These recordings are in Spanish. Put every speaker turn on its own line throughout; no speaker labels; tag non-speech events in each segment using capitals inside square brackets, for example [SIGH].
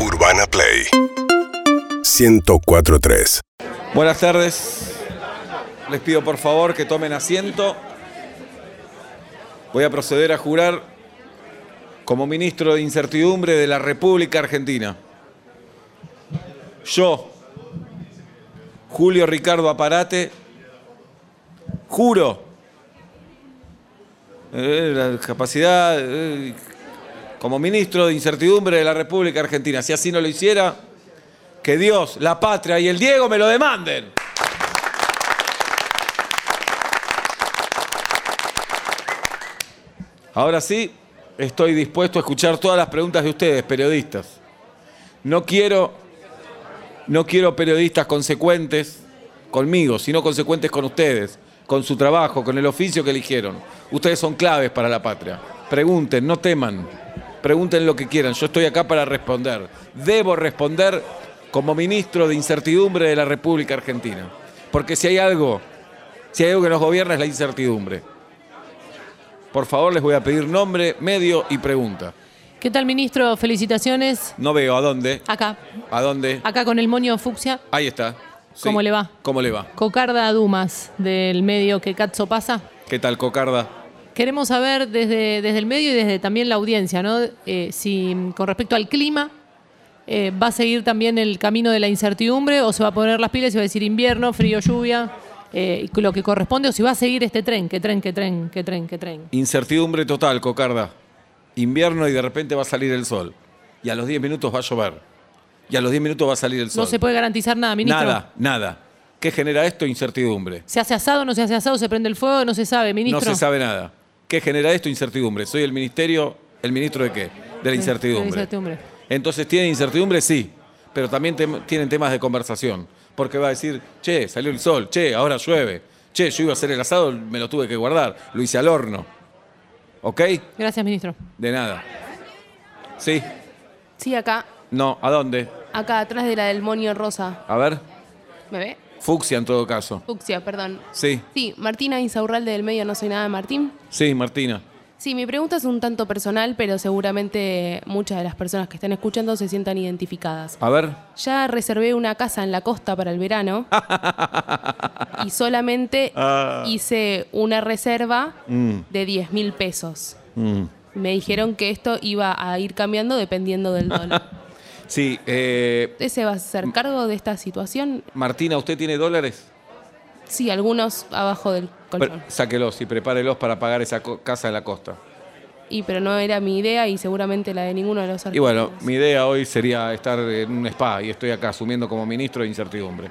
Urbana Play 1043.
Buenas tardes. Les pido por favor que tomen asiento. Voy a proceder a jurar como ministro de Incertidumbre de la República Argentina. Yo, Julio Ricardo Aparate, juro eh, la capacidad eh, como ministro de Incertidumbre de la República Argentina. Si así no lo hiciera, que Dios, la patria y el Diego me lo demanden. Ahora sí, estoy dispuesto a escuchar todas las preguntas de ustedes, periodistas. No quiero, no quiero periodistas consecuentes conmigo, sino consecuentes con ustedes, con su trabajo, con el oficio que eligieron. Ustedes son claves para la patria. Pregunten, no teman. Pregunten lo que quieran. Yo estoy acá para responder. Debo responder como ministro de incertidumbre de la República Argentina. Porque si hay algo, si hay algo que nos gobierna es la incertidumbre. Por favor, les voy a pedir nombre, medio y pregunta.
¿Qué tal, ministro? Felicitaciones.
No veo a dónde.
Acá,
¿A dónde?
acá con el moño fucsia,
Ahí está. Sí.
¿Cómo le va?
¿Cómo le va?
Cocarda Dumas, del medio que Cazzo pasa.
¿Qué tal, Cocarda?
Queremos saber desde, desde el medio y desde también la audiencia, ¿no? Eh, si mm, con respecto al clima, eh, ¿va a seguir también el camino de la incertidumbre o se va a poner las pilas y va a decir invierno, frío, lluvia, eh, y lo que corresponde, o si va a seguir este tren, qué tren, qué tren, qué tren, qué tren?
Incertidumbre total, Cocarda. Invierno y de repente va a salir el sol. Y a los 10 minutos va a llover. Y a los 10 minutos va a salir el sol.
No se puede garantizar nada, ministro.
Nada, nada. ¿Qué genera esto? Incertidumbre.
¿Se hace asado, no se hace asado, se prende el fuego, no se sabe, ministro?
No se sabe nada. ¿Qué genera esto? Incertidumbre. Soy el ministerio, ¿el ministro de qué? De la incertidumbre.
de la incertidumbre.
Entonces, ¿tienen incertidumbre? Sí. Pero también tem- tienen temas de conversación. Porque va a decir, che, salió el sol, che, ahora llueve. Che, yo iba a hacer el asado, me lo tuve que guardar. Lo hice al horno. ¿Ok?
Gracias, ministro.
De nada. Sí.
Sí, acá,
No. ¿A dónde?
acá atrás de la del monio rosa.
A ver.
¿Me ve?
Fucsia en todo caso.
Fucsia, perdón.
Sí.
Sí, Martina Insaurralde del medio No Soy Nada Martín.
Sí, Martina.
Sí, mi pregunta es un tanto personal, pero seguramente muchas de las personas que están escuchando se sientan identificadas.
A ver.
Ya reservé una casa en la costa para el verano y solamente hice una reserva
Mm.
de 10 mil pesos.
Mm.
Me dijeron que esto iba a ir cambiando dependiendo del dólar.
Sí. eh,
¿Usted se va a hacer cargo de esta situación?
Martina, ¿usted tiene dólares?
Sí, algunos abajo del colchón.
Pero sáquelos y prepárelos para pagar esa co- casa de la costa.
Y pero no era mi idea y seguramente la de ninguno de los
Y
argentinos.
bueno, mi idea hoy sería estar en un spa y estoy acá asumiendo como ministro de incertidumbre.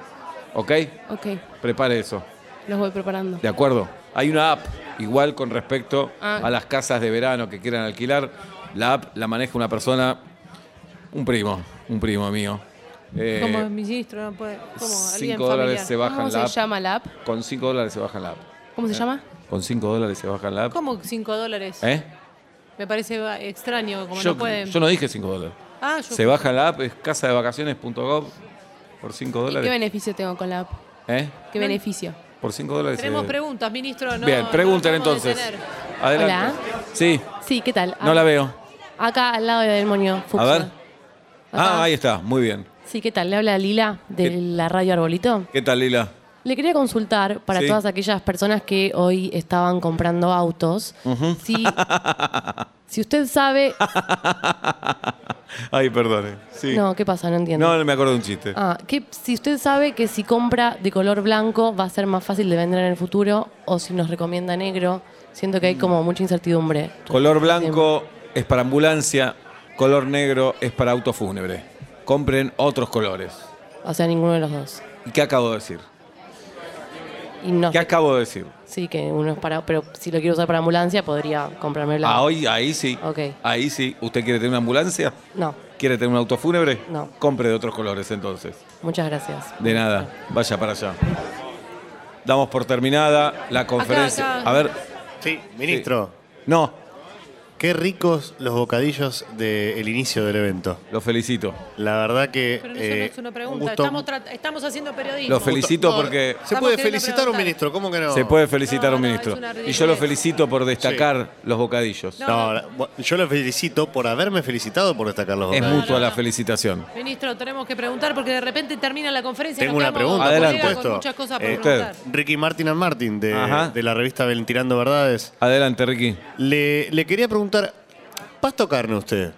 ¿Ok?
Ok,
Prepare eso.
los voy preparando.
¿De acuerdo? Hay una app igual con respecto
Ah.
a las casas de verano que quieran alquilar. La app la maneja una persona, un primo, un primo mío. Eh,
Como ministro, no puede. Como alguien
cinco dólares
familiar.
se bajan
¿Cómo
la
se
app. Eh,
llama la app?
Con 5 dólares se bajan la app.
¿Cómo se llama?
Con 5 dólares se bajan la app.
¿Cómo 5 dólares?
¿Eh?
Me parece va- extraño, como
yo,
no pueden.
yo no dije 5 dólares.
Ah, yo-
Se baja la app, es casadevacaciones.gov por 5
¿Y qué
dólares.
beneficio tengo con la app?
¿Eh?
¿Qué beneficio?
Por 5 dólares.
Tenemos
eh.
preguntas, ministro. No,
Bien,
no
pregunten
nos podemos
entonces.
detener.
Adelante. Sí,
Sí, ¿qué tal?
Ah.
Ah,
no la veo.
Acá al lado del moño.
A ver. Ah, ahí está, muy bien.
Sí, ¿qué tal? Le habla Lila
de ¿Qué-
la radio Arbolito.
¿Qué tal, Lila?
Le quería consultar
para Sí. todas
aquellas personas que hoy estaban comprando autos.
[LAUGHS]
si, si usted sabe...
Ay, perdone. Sí.
¿qué pasa? No entiendo.
No, no me acuerdo de un chiste.
Ah, que si usted sabe que si compra de color blanco va a ser más fácil de vender en el futuro o si nos recomienda negro, siento que hay
Mm.
como mucha incertidumbre.
Color blanco es para ambulancia, color negro es para auto fúnebre. Compren otros colores.
O sea, ninguno de los dos.
¿Y qué acabo de decir?
Y no,
¿Qué acabo de decir?
sí, que uno es para, pero si lo quiero usar para ambulancia podría comprarme blanco.
Ah, hoy, ahí sí.
Ok.
Ahí sí. ¿Usted quiere tener una ambulancia?
No,
¿Quiere tener un auto fúnebre?
No.
Compre de otros colores entonces.
muchas gracias.
De nada. Vaya para allá. Damos por terminada la conferencia.
acá.
A ver,
Sí, ministro.
no.
Qué ricos los bocadillos del inicio del evento.
Lo felicito.
La verdad que.
Pero eso no
eh,
es una
un
pregunta.
gusto-
Estamos, tra- estamos haciendo periodismo.
Lo felicito
No,
porque
Se
Estamos
puede
queriendo
felicitar a un
preguntar.
ministro, ¿cómo que no?
se puede felicitar a un
No, no,
ministro.
es una
Y yo lo
ridiculez.
felicito por destacar los bocadillos.
No,
No, la- bu- yo lo felicito por haberme felicitado por destacar los
Es
bocadillos.
mutua
no,
la
no.
felicitación.
Ministro, tenemos que preguntar porque de repente termina la conferencia. y
Tengo
nos
una
quedamos
pregunta,
con
Adelante.
colegas
por
Con
supuesto.
muchas cosas por
Eh,
usted.
preguntar.
Ricky Martin and Martin
Ajá.
de, de la revista Ventilando Verdades.
Adelante, Ricky.
Le, le quería preguntar, ¿pasto carne usted?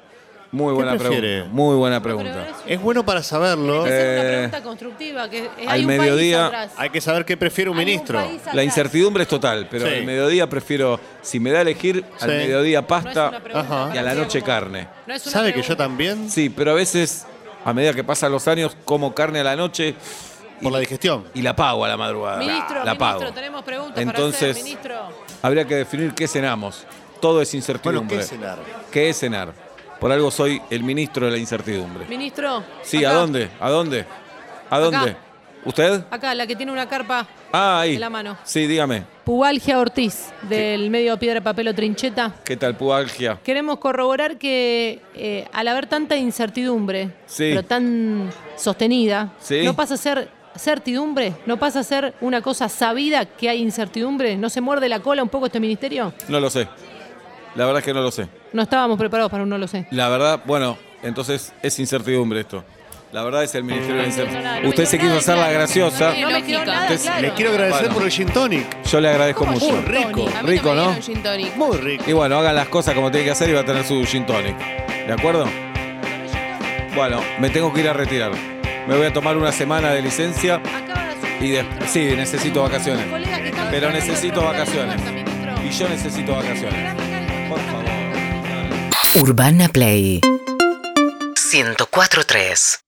Muy
¿Qué
buena
prefiere?
pregunta. Muy buena
Pero
pregunta.
es-
Es bueno para saberlo.
Hacer una
Eh,
pregunta constructiva. Que eh, hay
al
un país
mediodía-
atrás.
Hay que saber qué prefiere un
Hay un
ministro.
país atrás.
La incertidumbre es total, pero
Sí.
al mediodía prefiero, si me da a elegir, al
Sí.
mediodía
No es una
pasta
pregunta,
Ajá.
y a la
Santiago.
noche carne.
No es una
¿Sabe que yo
pregunta.
también?
Sí, pero a veces, a medida que pasan los años, como carne a la noche
Por la digestión.
y la pago a la madrugada.
Ministro,
la pago.
ministro, tenemos preguntas para
Entonces,
hacer, ministro.
habría que definir qué cenamos. Todo es incertidumbre.
Bueno, ¿qué es cenar?
¿Qué es cenar? Por algo soy el ministro de la incertidumbre.
Ministro.
Sí, ¿a
acá,
dónde? ¿A dónde? ¿A dónde?
Acá.
¿Usted?
Acá, la que tiene una carpa.
Ah, ahí.
En la mano.
Sí, dígame.
Pubalgia Ortiz, del medio Piedra, Papel o Trincheta.
¿Qué tal, pubalgia?
Queremos corroborar que eh, al haber tanta incertidumbre,
Sí.
pero tan sostenida,
Sí.
no pasa a ser certidumbre, no pasa a ser una cosa sabida que hay incertidumbre, no se muerde la cola un poco este ministerio.
No lo sé. La verdad es que no lo sé.
No estábamos preparados para un no lo sé.
La verdad, bueno, entonces es incertidumbre esto. La verdad es el ministerio de la
No
incertidumbre.
me
Usted se
quedó
quiso
nada
hacer la
claro.
graciosa.
No me quedó nada
Entonces,
claro.
Le quiero agradecer
Bueno.
por el gin tonic.
Yo le agradezco mucho.
Muy rico.
A mí también
Rico, ¿no?
era un gin tonic.
Muy rico.
Y bueno, hagan las cosas como tiene que hacer y va a tener su gin tonic. ¿De acuerdo? Bueno, me tengo que ir a retirar. Me voy a tomar una semana de licencia y de- sí, necesito vacaciones. Pero necesito vacaciones. Y yo necesito vacaciones. Por favor.
Urbana Play 104.3